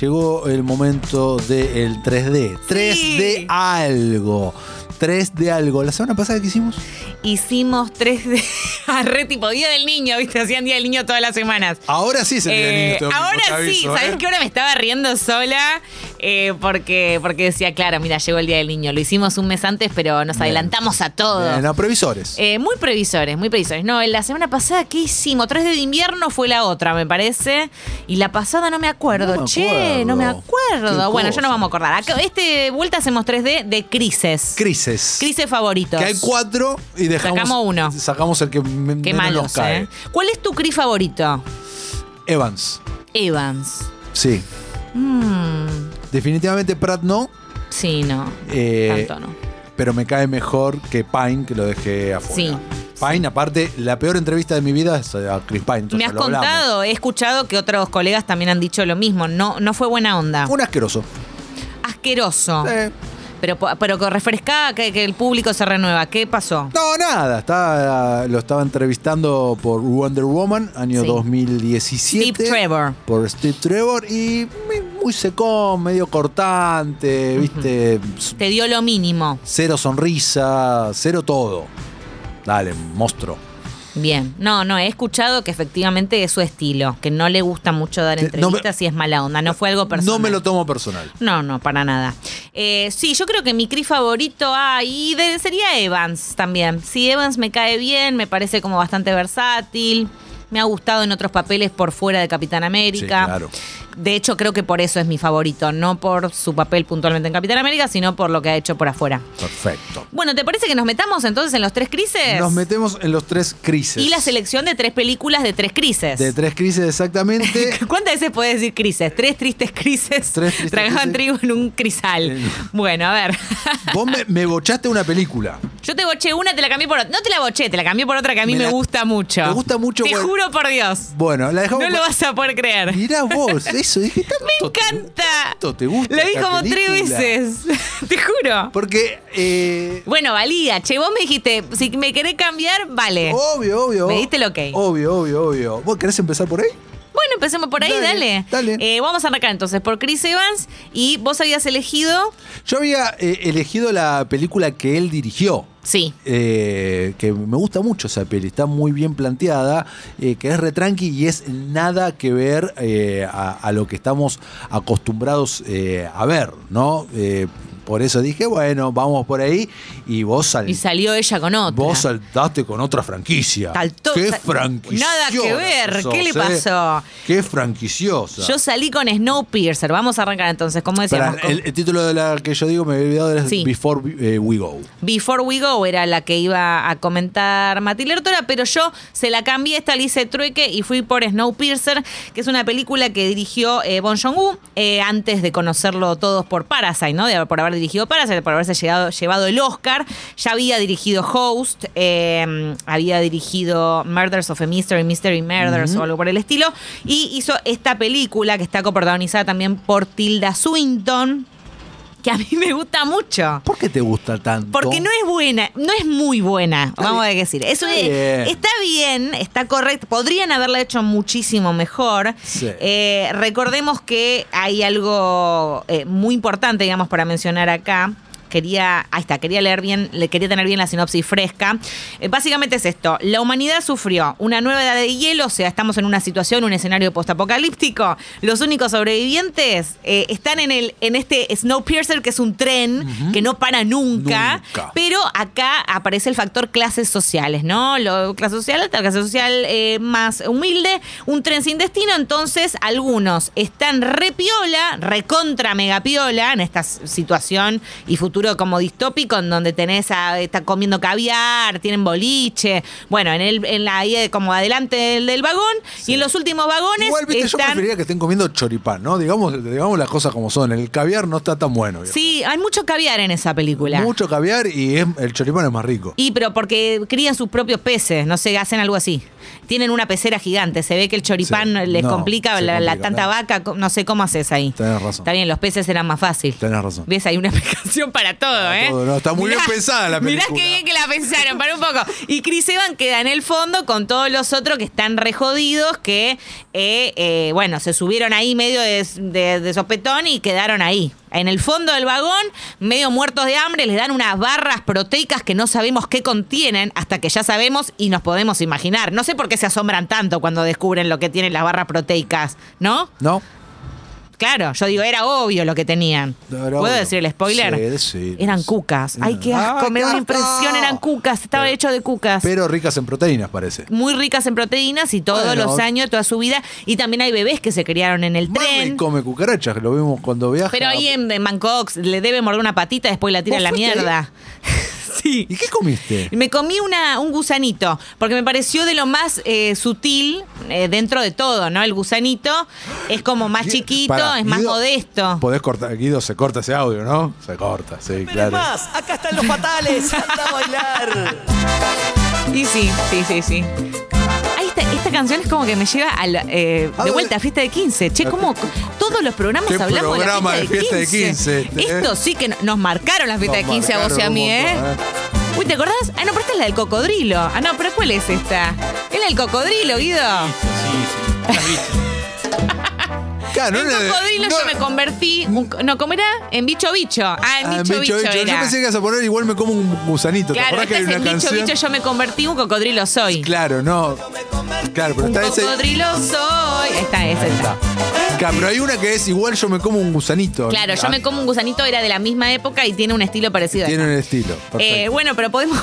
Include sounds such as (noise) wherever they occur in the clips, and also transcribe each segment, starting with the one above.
Llegó el momento del 3D. 3D algo. 3D algo. ¿La semana pasada qué hicimos? Hicimos (laughs) 3D. Arre tipo Día del Niño, ¿viste? Hacían Día del Niño todas las semanas. Ahora sí se Eh, tiene ahora sí, ¿sabes ¿eh? qué? Ahora me estaba riendo sola eh, porque, porque decía, claro, mira, llegó el Día del Niño. Lo hicimos un mes antes, pero nos adelantamos a todo. no, previsores. Eh, muy previsores, muy previsores. No, en la semana pasada, ¿qué hicimos? 3D de invierno fue la otra, me parece. Y la pasada no me acuerdo. No me Che, no me acuerdo. acuerdo. Qué Bueno, ya cosa. nos vamos a acordar. Acá- Este vuelta hacemos 3D de crisis. Crisis. Crisis favoritos. Que hay cuatro y dejamos. Sacamos uno. Sacamos el que me- Qué menos nos malos, cae. ¿eh? ¿Cuál es tu CRI favorito? Evans. Evans. Sí. Mm, Definitivamente Pratt no. sí, no. eh, tanto no. pero me cae mejor que Pine, que lo dejé afuera. Sí, Pine, aparte, la peor entrevista de mi vida es a Chris Pine. entonces Me has lo hablamos. contado, he escuchado que otros colegas también han dicho lo mismo. No, no fue buena onda. Un asqueroso. Asqueroso. Eh, Pero, po- pero que refresca, que, que el público se renueva. ¿Qué pasó? No, nada, estaba, lo estaba entrevistando por Wonder Woman, año Sí. 2017. Steve Trevor. Por Steve Trevor y muy secón, medio cortante, viste, S- Te dio lo mínimo. cero sonrisa, cero todo. Dale, monstruo. Bien. No, no, he escuchado que efectivamente es su estilo, que no le gusta mucho dar Sí, no me- entrevistas y es mala onda. No fue algo personal. No me lo tomo personal. No, no, para nada. Eh, sí, yo creo que mi CRI favorito ah, y de- sería Evans también. Sí, Evans me cae bien, me parece como bastante versátil. Me ha gustado en otros papeles por fuera de Capitán América. Sí, claro. De hecho, creo que por eso es mi favorito, no por su papel puntualmente en Capitán América, sino por lo que ha hecho por afuera. Perfecto. Bueno, ¿te parece que nos metamos entonces en los tres crises? Nos metemos en los tres crisis. y la selección de tres películas de tres crises. De tres crisis (laughs) exactamente. ¿Cuántas veces puedes decir crisis? Tres tristes crises. Tres tristes Tragaban crises. trigo en un crisal. Eh, Bueno, a ver. Vos me, me bochaste una película. Yo te boché una, te la cambié por otra. No te la boché, te la cambié por otra que a mí Me me, la- gusta mucho. Me gusta mucho, Te bueno. juro por Dios. Bueno, la dejamos. No lo vas a poder creer. Mirá vos, eso, dije Me tanto. te- encanta. tanto te gusta La vi esta como tres película. veces. (laughs) te juro. Porque, eh, Bueno, valía. Che, vos me dijiste, si me querés cambiar, vale. obvio, obvio. Eh. Me diste el ok. Obvio, obvio, obvio. ¿Vos querés empezar por ahí? Bueno, empecemos por ahí, Dale, dale. dale. Eh, vamos a arrancar entonces por Chris Evans y vos habías elegido. Yo había eh, elegido la película que él dirigió. Sí. eh, que me gusta mucho esa peli, está muy bien planteada, eh, que es retranqui y es nada que ver eh, a, a lo que estamos acostumbrados eh, a ver, ¿no? Eh, por eso dije, bueno, vamos por ahí y vos Y salís. salió ella con otra. Vos saltaste con otra franquicia. Saltó- ¡Qué sal- franquicia! Nada que ver, ¿qué le pasó? ¡Qué franquiciosa! Yo salí con Snowpiercer. Vamos a arrancar entonces, como decíamos. Pará, con- el, el título de la que yo digo me había olvidado era Sí. Before eh, We Go. Before We Go era la que iba a comentar Matilde Lertora, pero yo se la cambié, esta la hice trueque y fui por Snowpiercer, que es una película que dirigió eh, Bon Jong-woo eh, antes de conocerlo todos por Parasite, ¿no? De- por haber dirigido Parasite, por haberse llegado- llevado el Oscar. Ya había dirigido Host, eh, había dirigido Murders of a Mystery, Mystery Murders o algo por el estilo, y hizo esta película que está coprotagonizada también por Tilda Swinton, que a mí me gusta mucho. ¿Por qué te gusta tanto? Porque no es buena, no es muy buena, vamos a decir. Es una- Está bien. está bien, está correcto. Podrían haberla hecho muchísimo mejor. Sí. Eh, recordemos que hay algo eh, muy importante, digamos, para mencionar acá. Quería, ahí está, quería leer bien, le quería tener bien la sinopsis fresca. Eh, básicamente es esto: la humanidad sufrió una nueva edad de hielo, o sea, estamos en una situación, un escenario postapocalíptico. Los únicos sobrevivientes eh, están en el, en este Snowpiercer, que es un tren que no para nunca, Nunca. pero acá aparece el factor clases sociales, ¿no? Lo, clase social alta, clase social eh, más humilde, un tren sin destino. Entonces, algunos están re piola, recontra mega piola en esta s- situación y futuro como distópico, en donde tenés a. está comiendo caviar, tienen boliche. Bueno, en, el, en la ahí, eh, como adelante del, del vagón. Y en los últimos vagones. Igual, viste, yo están- preferiría que estén comiendo choripán, ¿no? Digamos, digamos las cosas como son. El caviar no está tan bueno. viejo. Sí, hay mucho caviar en esa película. Mucho caviar y es- el choripán es más rico. Y pero porque crían sus propios peces, no sé, hacen algo así. Tienen una pecera gigante, se ve que el choripán Sí, les no, complica se la, la complica, tanta ¿no? vaca, co- no sé cómo haces ahí. Tenés razón. Está bien, los peces eran más fácil. Tenés razón. ¿Ves? Hay una (laughs) explicación para para todo, ¿eh? todo, no, está muy bien pensada la Mirá película. qué bien que la pensaron, para un poco. Y Chris Evans queda en el fondo con todos los otros que están re jodidos, que, eh, eh, bueno, se subieron ahí medio de, de- de sopetón y quedaron ahí. En el fondo del vagón, medio muertos de hambre, les dan unas barras proteicas que no sabemos qué contienen hasta que ya sabemos y nos podemos imaginar. No sé por qué se asombran tanto cuando descubren lo que tienen las barras proteicas, ¿no? ¿No? Claro, yo digo, era obvio lo que tenían. Era ¿Puedo obvio. decir el Sí, spoiler? sí. eran cucas. Ay, qué asco, Ah, me da una qué impresión, asco. eran cucas, estaban Pero- hechos de cucas. Pero ricas en proteínas, parece. muy ricas en proteínas y todos Bueno. los años, toda su vida. Y también hay bebés que se criaron en el Marley tren. come cucarachas, lo vimos cuando viaja. Pero ahí en, en Bangkok le debe morder una patita, después la tira a ¿Vos la fuiste ahí? mierda. sí. ¿Y qué comiste? Me comí una, un gusanito, porque me pareció de lo más eh, sutil eh, dentro de todo, ¿no? El gusanito es como más chiquito, Pará, es más Guido, modesto. Podés cortar, Guido, se corta ese audio, ¿no? Se corta, sí, Pero es claro. más, acá están los fatales, anda a bailar. Y sí, sí, sí, sí. Ahí está, esta canción es como que me lleva a Ah, la, eh, A de ver. vuelta a fiesta de 15. Che, como c- todos los programas Qué hablamos programa de la fiesta de 15. este, Esto sí que no- nos marcaron la fiesta Nos de 15 a vos y a marcaron mí, un ¿eh? montón, Uy, ¿te acordás? Ah, no, pero esta es la del cocodrilo. Ah, no, pero ¿cuál es esta? Es la del cocodrilo, Guido. Ah, ¿eh? Claro, En no era- cocodrilo no- yo me convertí. un co- no, ¿cómo era? En bicho bicho. Ah, en Ah, bicho bicho, bicho. Yo era. pensé que ibas a poner igual me como un gusanito. ¿Te claro, acordás que esta hay es una en bicho canción? bicho yo me convertí, un cocodrilo soy. Claro, no. Claro, pero está ese. Cocodrilo soy. Ahí Está, esa está. Claro, pero hay una que es igual yo me como un gusanito. Claro, yo Ah, me como un gusanito, era de la misma época y tiene un estilo parecido. a Tiene esta. un estilo. perfecto. Eh, bueno, pero podemos.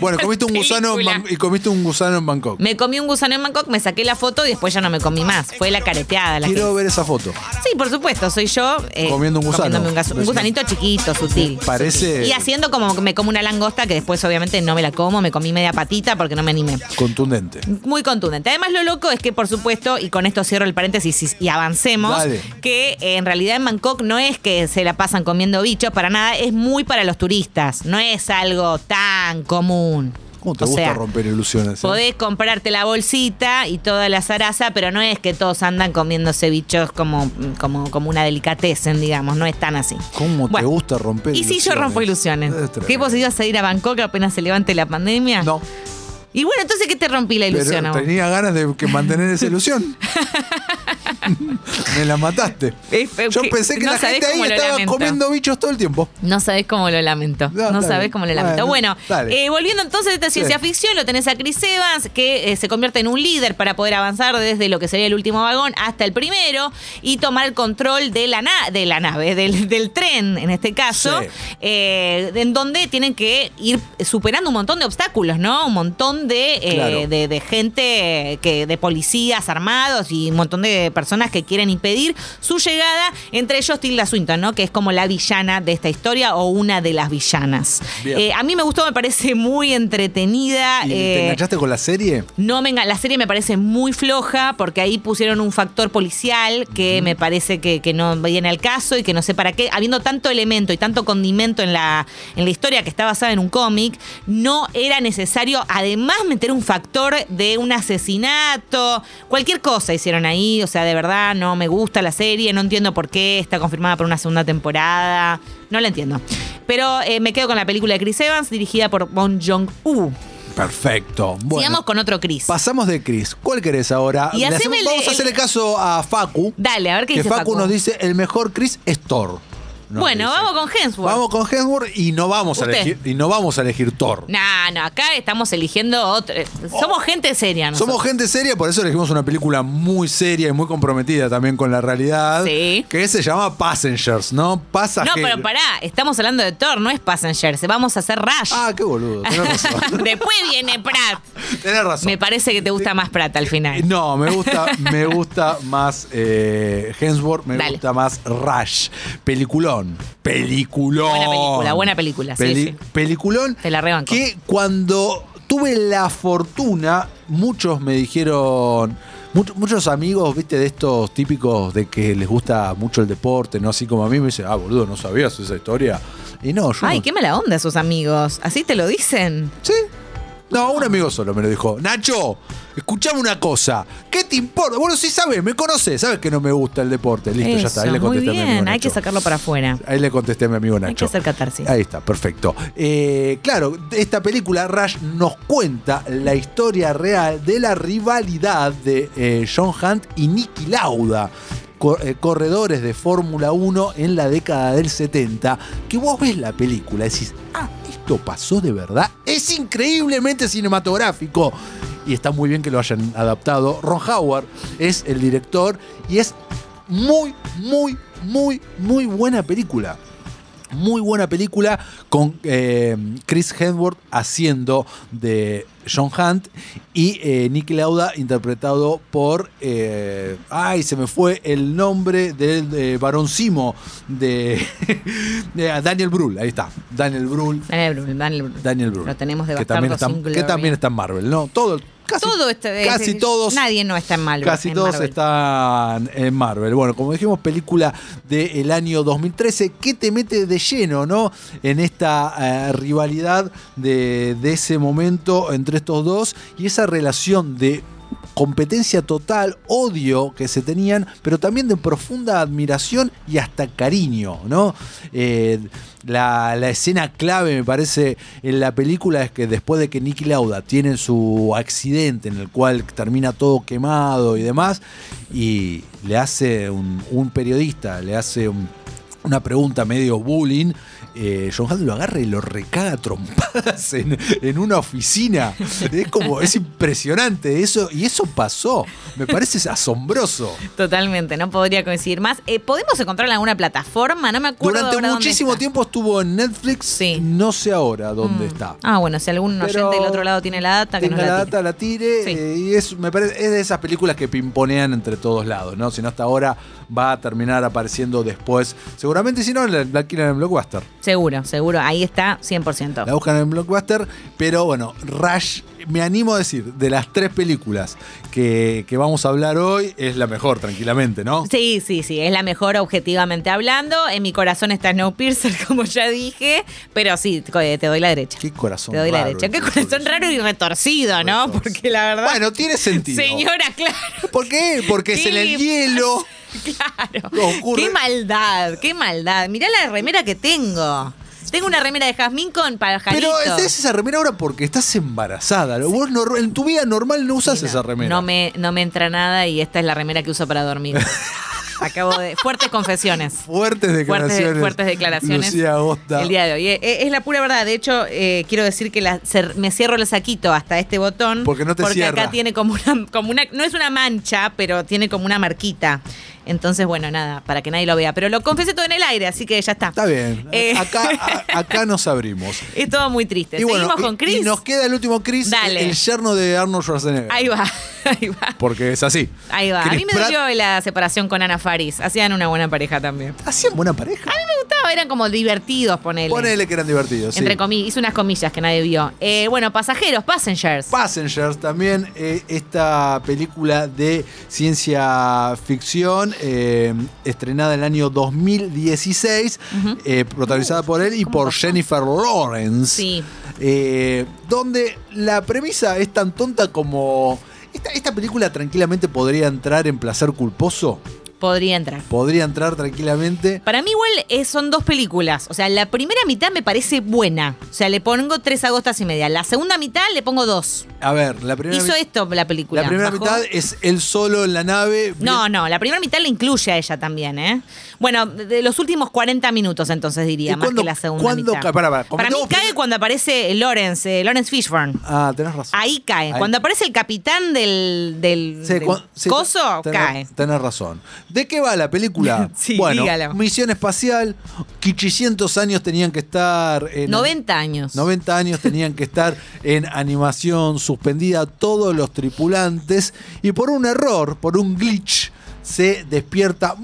bueno, comiste un gusano en Película. Man- y comiste un gusano en Bangkok. Me comí un gusano en Bangkok, me saqué la foto y después ya no me comí más. Fue la careteada. La Quiero ver esa foto. que- Sí, por supuesto, soy yo. eh, Comiendo un gusano. comiéndome Un, gas- un gusanito chiquito, sutil. Parece- Y haciendo como que me como una langosta que después, obviamente, no me la como. Me comí media patita porque no me animé. Contundente. Muy contundente. Además, lo loco es que, por supuesto, y con esto cierro el paréntesis y y avancemos, Dale. que eh, en realidad en Bangkok no es que se la pasan comiendo bichos para nada, es muy para los turistas. No es algo tan común. ¿Cómo te O gusta sea, romper ilusiones? eh? Podés comprarte la bolsita y toda la zaraza, pero no es que todos andan comiéndose bichos como, como, como una delicatessen, digamos. No es tan así. ¿Cómo te Bueno, gusta romper Y ilusiones? sí, yo rompo ilusiones. Es tremendo. ¿Qué vos ibas a ir a Bangkok apenas se levante la pandemia? No, Y bueno, entonces, ¿qué te rompí la ilusión a pero vos? tenía ganas de que mantener esa ilusión. (laughs) me la mataste. Es- es Eh, Yo que pensé que no la sabés gente ahí cómo lo estaba lamento. comiendo bichos todo el tiempo. No sabés cómo lo lamento. No, No, está sabés bien. cómo lo lamento. Bueno, Bueno, dale. eh, volviendo entonces a esta ciencia Sí. ficción, lo tenés a Chris Evans, que eh, se convierte en un líder para poder avanzar desde lo que sería el último vagón hasta el primero y tomar el control de la, na- de la nave, del, del tren en este caso, Sí. eh, en donde tienen que ir superando un montón de obstáculos, ¿no? Un montón de, eh, Claro. de, de gente, que, de policías armados y un montón de personas que quieren impedir su llegada, entre ellos Tilda Swinton, ¿no? Que es como la villana de esta historia o una de las villanas. Bien. Eh, a mí me gustó, me parece muy entretenida. ¿Y eh, te enganchaste con la serie? no venga, la serie me parece muy floja porque ahí pusieron un factor policial que me parece que, que no viene al caso y que no sé para qué, habiendo tanto elemento y tanto condimento en la, en la historia que está basada en un cómic, no era necesario además meter un factor de un asesinato, cualquier cosa hicieron ahí, o sea, de verdad no me gusta la serie, no entiendo por qué está confirmada por una segunda temporada, no la entiendo. Pero eh, me quedo con la película de Chris Evans dirigida por Bon Jong-u. Perfecto. Bueno, Sigamos con otro Chris. pasamos de Chris. ¿Cuál querés ahora? Y Le haceme hacemos- el- vamos a el- hacerle caso a Facu. Dale, a ver qué que dice Facu, Facu. nos dice, el mejor Chris es Thor. Nos bueno, dice. vamos con Hemsworth. Vamos con Hemsworth y no vamos, a Usted. elegir, y no vamos a elegir Thor. No, no, acá estamos eligiendo otro. Somos gente seria, nosotros. Somos gente seria, por eso elegimos una película muy seria y muy comprometida también con la realidad. Sí. Que se llama Passengers, ¿no? No, Pasajeros. pero pará, estamos hablando de Thor, no es Passengers. Vamos a hacer Rush. Ah, qué boludo. Tenés (laughs) razón. Después viene Pratt. tenés razón. Me parece que te gusta más Pratt al final. Eh, No, me gusta, me gusta más eh, Hemsworth, me Dale. gusta más Rush. Peliculón. Peliculón. Buena película, buena película, sí, Peli- sí. Peliculón. Te la rebanco. Que cuando tuve la fortuna, muchos me dijeron. much- Muchos amigos, viste, de estos típicos de que les gusta mucho el deporte, ¿no? Así como a mí me dicen, ah, boludo, no sabías esa historia. Y no, yo. Ay, no- qué mala onda sus amigos. ¿Así te lo dicen? Sí. No, un amigo solo me lo dijo. Nacho, escuchame una cosa. ¿Qué te importa? Bueno, sí sabes, me conoces, sabes que no me gusta el deporte. Listo, ya está. Ahí le Eso, muy contesté a mi amigo bien, hay que Nacho. sacarlo para afuera. Ahí le contesté a mi amigo Nacho. Hay que hacer catarsis. Ahí está, perfecto. Eh, claro, esta película Rush nos cuenta la historia real de la rivalidad de eh, John Hunt y Nicky Lauda. cor- eh, Corredores de Fórmula 1 en la década del 70, que vos ves la película y decís, ah, esto pasó de verdad, es increíblemente cinematográfico. Y está muy bien que lo hayan adaptado. Ron Howard es el director y es muy, muy, muy, muy buena película. Muy buena película con eh, Chris Hemsworth haciendo de John Hunt y eh, Nick Lauda interpretado por. eh, ay, se me fue el nombre del eh, Barón Simo de, (laughs) de ah, Daniel Brühl. Ahí está, Daniel Brühl. Daniel Brühl, Daniel Brühl. Daniel Brühl. Lo tenemos de que también, bastardo está, sin que gloria. también está en Marvel, ¿no? Todo, casi, Todo este- casi este- todos. Nadie no está en Marvel. Casi en todos Marvel. están en Marvel. Bueno, como dijimos, película del año 2013 que te mete de lleno, ¿no? En esta eh, rivalidad de, de ese momento entre estos dos y esa relación de competencia total, odio que se tenían, pero también de profunda admiración y hasta cariño, ¿no? Eh, la, la escena clave, me parece, en la película es que después de que Nicky Lauda tiene su accidente en el cual termina todo quemado y demás, y le hace un, un periodista, le hace un- una pregunta medio bullying, eh, John Hamm lo agarra y lo recaga a trompadas en, en una oficina. Es como, es impresionante eso, y eso pasó. Me parece asombroso. Totalmente, no podría coincidir más. Eh, ¿Podemos encontrarla en alguna plataforma? No me acuerdo. Durante ahora dónde muchísimo está. tiempo estuvo en Netflix, Sí. no sé ahora dónde Mm. está. Ah, bueno, si algún oyente Pero del otro lado tiene la data, que tenga nos la, la tire. data, la tire. Sí. eh, y es, me parece, es de esas películas que pimponean entre todos lados, ¿no? Si no, hasta ahora va a terminar apareciendo después. Seguramente, si no, la, la alquilan en Blockbuster. Seguro, seguro. Ahí está, 100%. La buscan en Blockbuster. Pero bueno, Rush, me animo a decir, de las tres películas que, que vamos a hablar hoy, es la mejor, tranquilamente, ¿no? Sí, sí, sí, es la mejor objetivamente hablando. En mi corazón está Snowpiercer, (laughs) como ya dije, pero sí, co- eh, te doy la derecha. Qué corazón Te doy la raro derecha. el Qué tuyo, corazón Luis. raro y retorcido, ¿no? Retorcido. Porque la verdad. Bueno, tiene sentido. Señora, claro, ¿Por qué? Porque es en el Sí. hielo. claro. Ocurre- Qué maldad, qué maldad. Mirá la remera que tengo. Tengo una remera de jazmín con pajarito. Pero tenés esa remera ahora porque estás embarazada. Vos no- en tu vida normal no usas Sí, no, esa remera. No me, no me entra nada y esta es la remera que uso para dormir. (laughs) Acabo de. Fuertes confesiones. Fuertes Fuertes, declaraciones. fuertes declaraciones. Lucía Agosta. El día de hoy. E- e- Es, la pura verdad. De hecho, eh, quiero decir que la- cer- me cierro el saquito hasta este botón. Porque no te Porque cierra. acá tiene como una, como una. No es una mancha, pero tiene como una marquita. Entonces, bueno, nada, para que nadie lo vea. Pero lo confesé todo en el aire, así que ya está. Está bien. Eh. Acá, a- acá nos abrimos. (laughs) Es todo muy triste. Y bueno, Seguimos y- con Chris. Y nos queda el último Chris, Dale. el yerno de Arnold Schwarzenegger. (laughs) Ahí va, (laughs) ahí va. Porque es así. Ahí va. Chris a mí me Pratt- dolió la separación con Ana Faris. Hacían una buena pareja también. Hacían buena pareja. Me gustaba, eran como divertidos, ponele. Ponele que eran divertidos. sí. Entre comillas, hice unas comillas que nadie vio. Eh, bueno, pasajeros, passengers. Passengers también, eh, esta película de ciencia ficción eh, estrenada en el año 2016, eh, protagonizada por él y por Jennifer Lawrence. Sí. Eh, donde la premisa es tan tonta como... Esta, esta película tranquilamente podría entrar en placer culposo, podría entrar. podría entrar tranquilamente. Para mí igual eh, son dos películas. O sea, la primera mitad me parece buena. O sea, le pongo tres agostas y media. La segunda mitad le pongo dos. A ver, la primera, Hizo mi- esto la película. la primera Bajó- mitad es él solo en la nave. No, no, la primera mitad le incluye a ella también, ¿eh? Bueno, de de los últimos 40 minutos entonces diría, ¿Y más cuándo- que la segunda cuándo mitad. ca- pará, pará, Para mí comentemos cae primero- cuando aparece Lawrence, eh, Lawrence Fishburne. Ah, tenés razón. Ahí cae. Cuando aparece el capitán del, del, Sí, del cuan- sí, coso, tenés- cae. Tenés razón. ¿De qué va la película? (laughs) Sí, bueno, dígalo. misión espacial, 800 años tenían que estar en 90 años. 90 años tenían que estar en animación suspendida todos los tripulantes y por un error, por un glitch, se despierta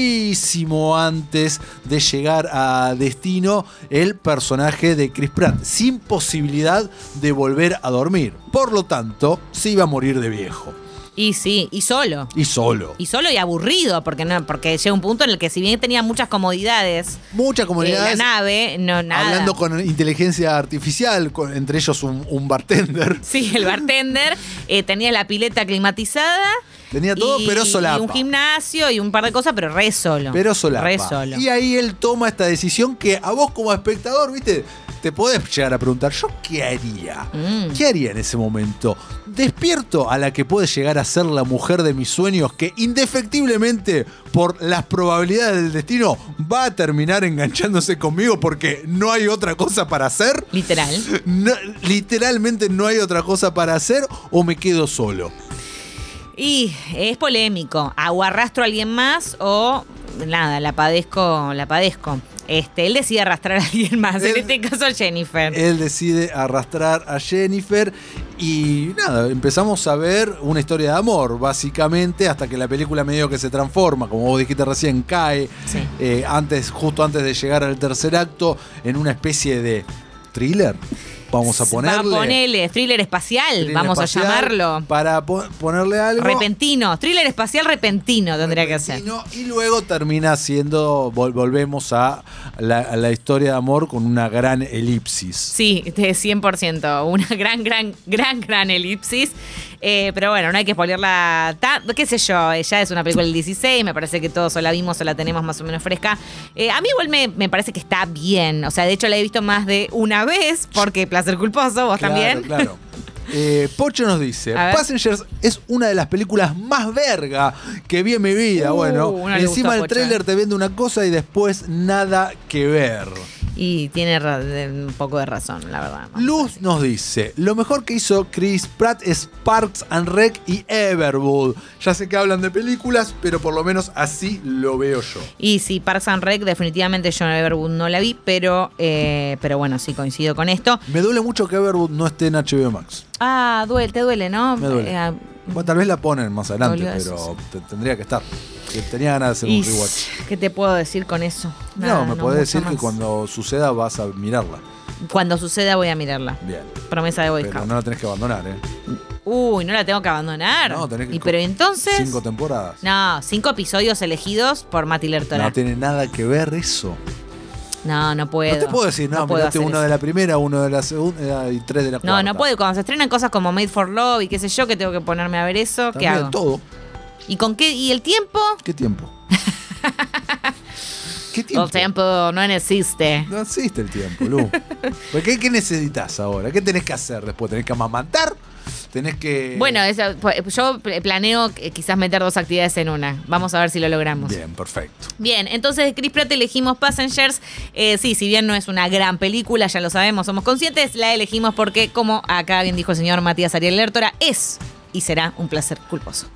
muchísimo antes de llegar a destino el personaje de Chris Pratt, sin posibilidad de volver a dormir. Por lo tanto, se iba a morir de viejo. Y sí, y solo. Y solo. Y solo y aburrido, porque no, porque llega un punto en el que si bien tenía muchas comodidades, Mucha eh, comunidad. la nave, no nada. Hablando con inteligencia artificial, con- entre ellos un, un bartender. Sí, el bartender, eh, tenía la pileta climatizada. Tenía todo, y- pero solapa. Y un gimnasio y un par de cosas, pero re solo. Pero solapa. Re solo. Y ahí él toma esta decisión que a vos como espectador, viste, te podés llegar a preguntar, ¿yo qué haría? Mm. ¿Qué haría en ese momento? ¿Despierto a la que puede llegar a ser la mujer de mis sueños que indefectiblemente, por las probabilidades del destino, va a terminar enganchándose conmigo porque no hay otra cosa para hacer? Literal. No- literalmente no hay otra cosa para hacer o me quedo solo. Y es polémico. Ah, O arrastro a alguien más o nada, la padezco, la padezco. Este, él decide arrastrar a alguien más, en Él- este caso a Jennifer. Él decide arrastrar a Jennifer y nada, empezamos a ver una historia de amor, básicamente, hasta que la película medio que se transforma, como vos dijiste recién, cae Sí. eh, antes, justo antes de llegar al tercer acto, en una especie de thriller. Vamos a ponerle. Va, ponele, thriller espacial, Thriller vamos espacial, a llamarlo. Para po- ponerle algo. Repentino, thriller espacial repentino tendría que ser. Argentino, Y luego termina siendo, vol- volvemos a la, a la historia de amor con una gran elipsis. Sí, de 100%. Una gran, gran, gran, gran elipsis. Eh, pero bueno, no hay que spoilerla tanto. ¿Qué sé yo? eh, Ya es una película del 16. Me parece que todos o la vimos o la tenemos más o menos fresca. Eh, a mí igual me, me parece que está bien. O sea, de hecho la he visto más de una vez porque placer culposo, Claro, vos también. (laughs) Claro. Eh, Pocho nos dice, A ver. Passengers es una de las películas más verga que vi en mi vida. Uh, bueno, no le encima gustó a el Pocho, tráiler eh. te vende una cosa y después nada que ver. Y tiene ra- de- un poco de razón, la verdad. Luz nos dice, lo mejor que hizo Chris Pratt es Parks and Rec y Everwood. Ya sé que hablan de películas, pero por lo menos así lo veo yo. Y sí, Parks and Rec, definitivamente yo en Everwood no la vi, pero, eh, pero bueno, sí coincido con esto. Me duele mucho que Everwood no esté en HBO Max. Ah, duele, te duele, ¿no? Me duele. Eh, Bueno, tal vez la ponen más adelante, Dolió eso, pero te- tendría que estar. Que Tenía ganas de hacer Y un rewatch. ¿Qué te puedo decir con eso? Nada, no, me mucho podés decir que más. cuando suceda vas a mirarla. Cuando suceda voy a mirarla. Bien. Promesa de Boy Pero Scout. no la tenés que abandonar, ¿eh? Uy, no la tengo que abandonar. No, tenés que y co- pero entonces. Cinco temporadas. no, cinco episodios elegidos por Mati Lertora. No No, tiene nada que ver eso. no, puedo. No te puedo decir, no, puedo mirate hacer uno eso. de la primera, uno de la segunda eh, y tres de la No, cuarta. no puedo. Cuando se estrenan cosas como Made for Love y qué sé yo, que tengo que ponerme a ver eso, ¿qué También hago? todo. ¿Y con qué? ¿Y el tiempo? ¿Qué tiempo? (laughs) ¿Qué tiempo? Eh. El tiempo no existe. No existe el tiempo, (laughs) Lu. ¿Por qué, ¿Qué necesitas ahora? ¿Qué tenés que hacer después? ¿Tenés que amamantar? ¿Tenés que...? Bueno, eh, esa- yo planeo eh, quizás meter dos actividades en una. Vamos a ver si lo logramos. Bien, perfecto. Bien, entonces de Chris Pratt elegimos Passengers. Eh, sí, si bien no es una gran película, ya lo sabemos, somos conscientes, la elegimos porque, como acá bien dijo el señor Matías Ariel Lertora, es y será un placer culposo.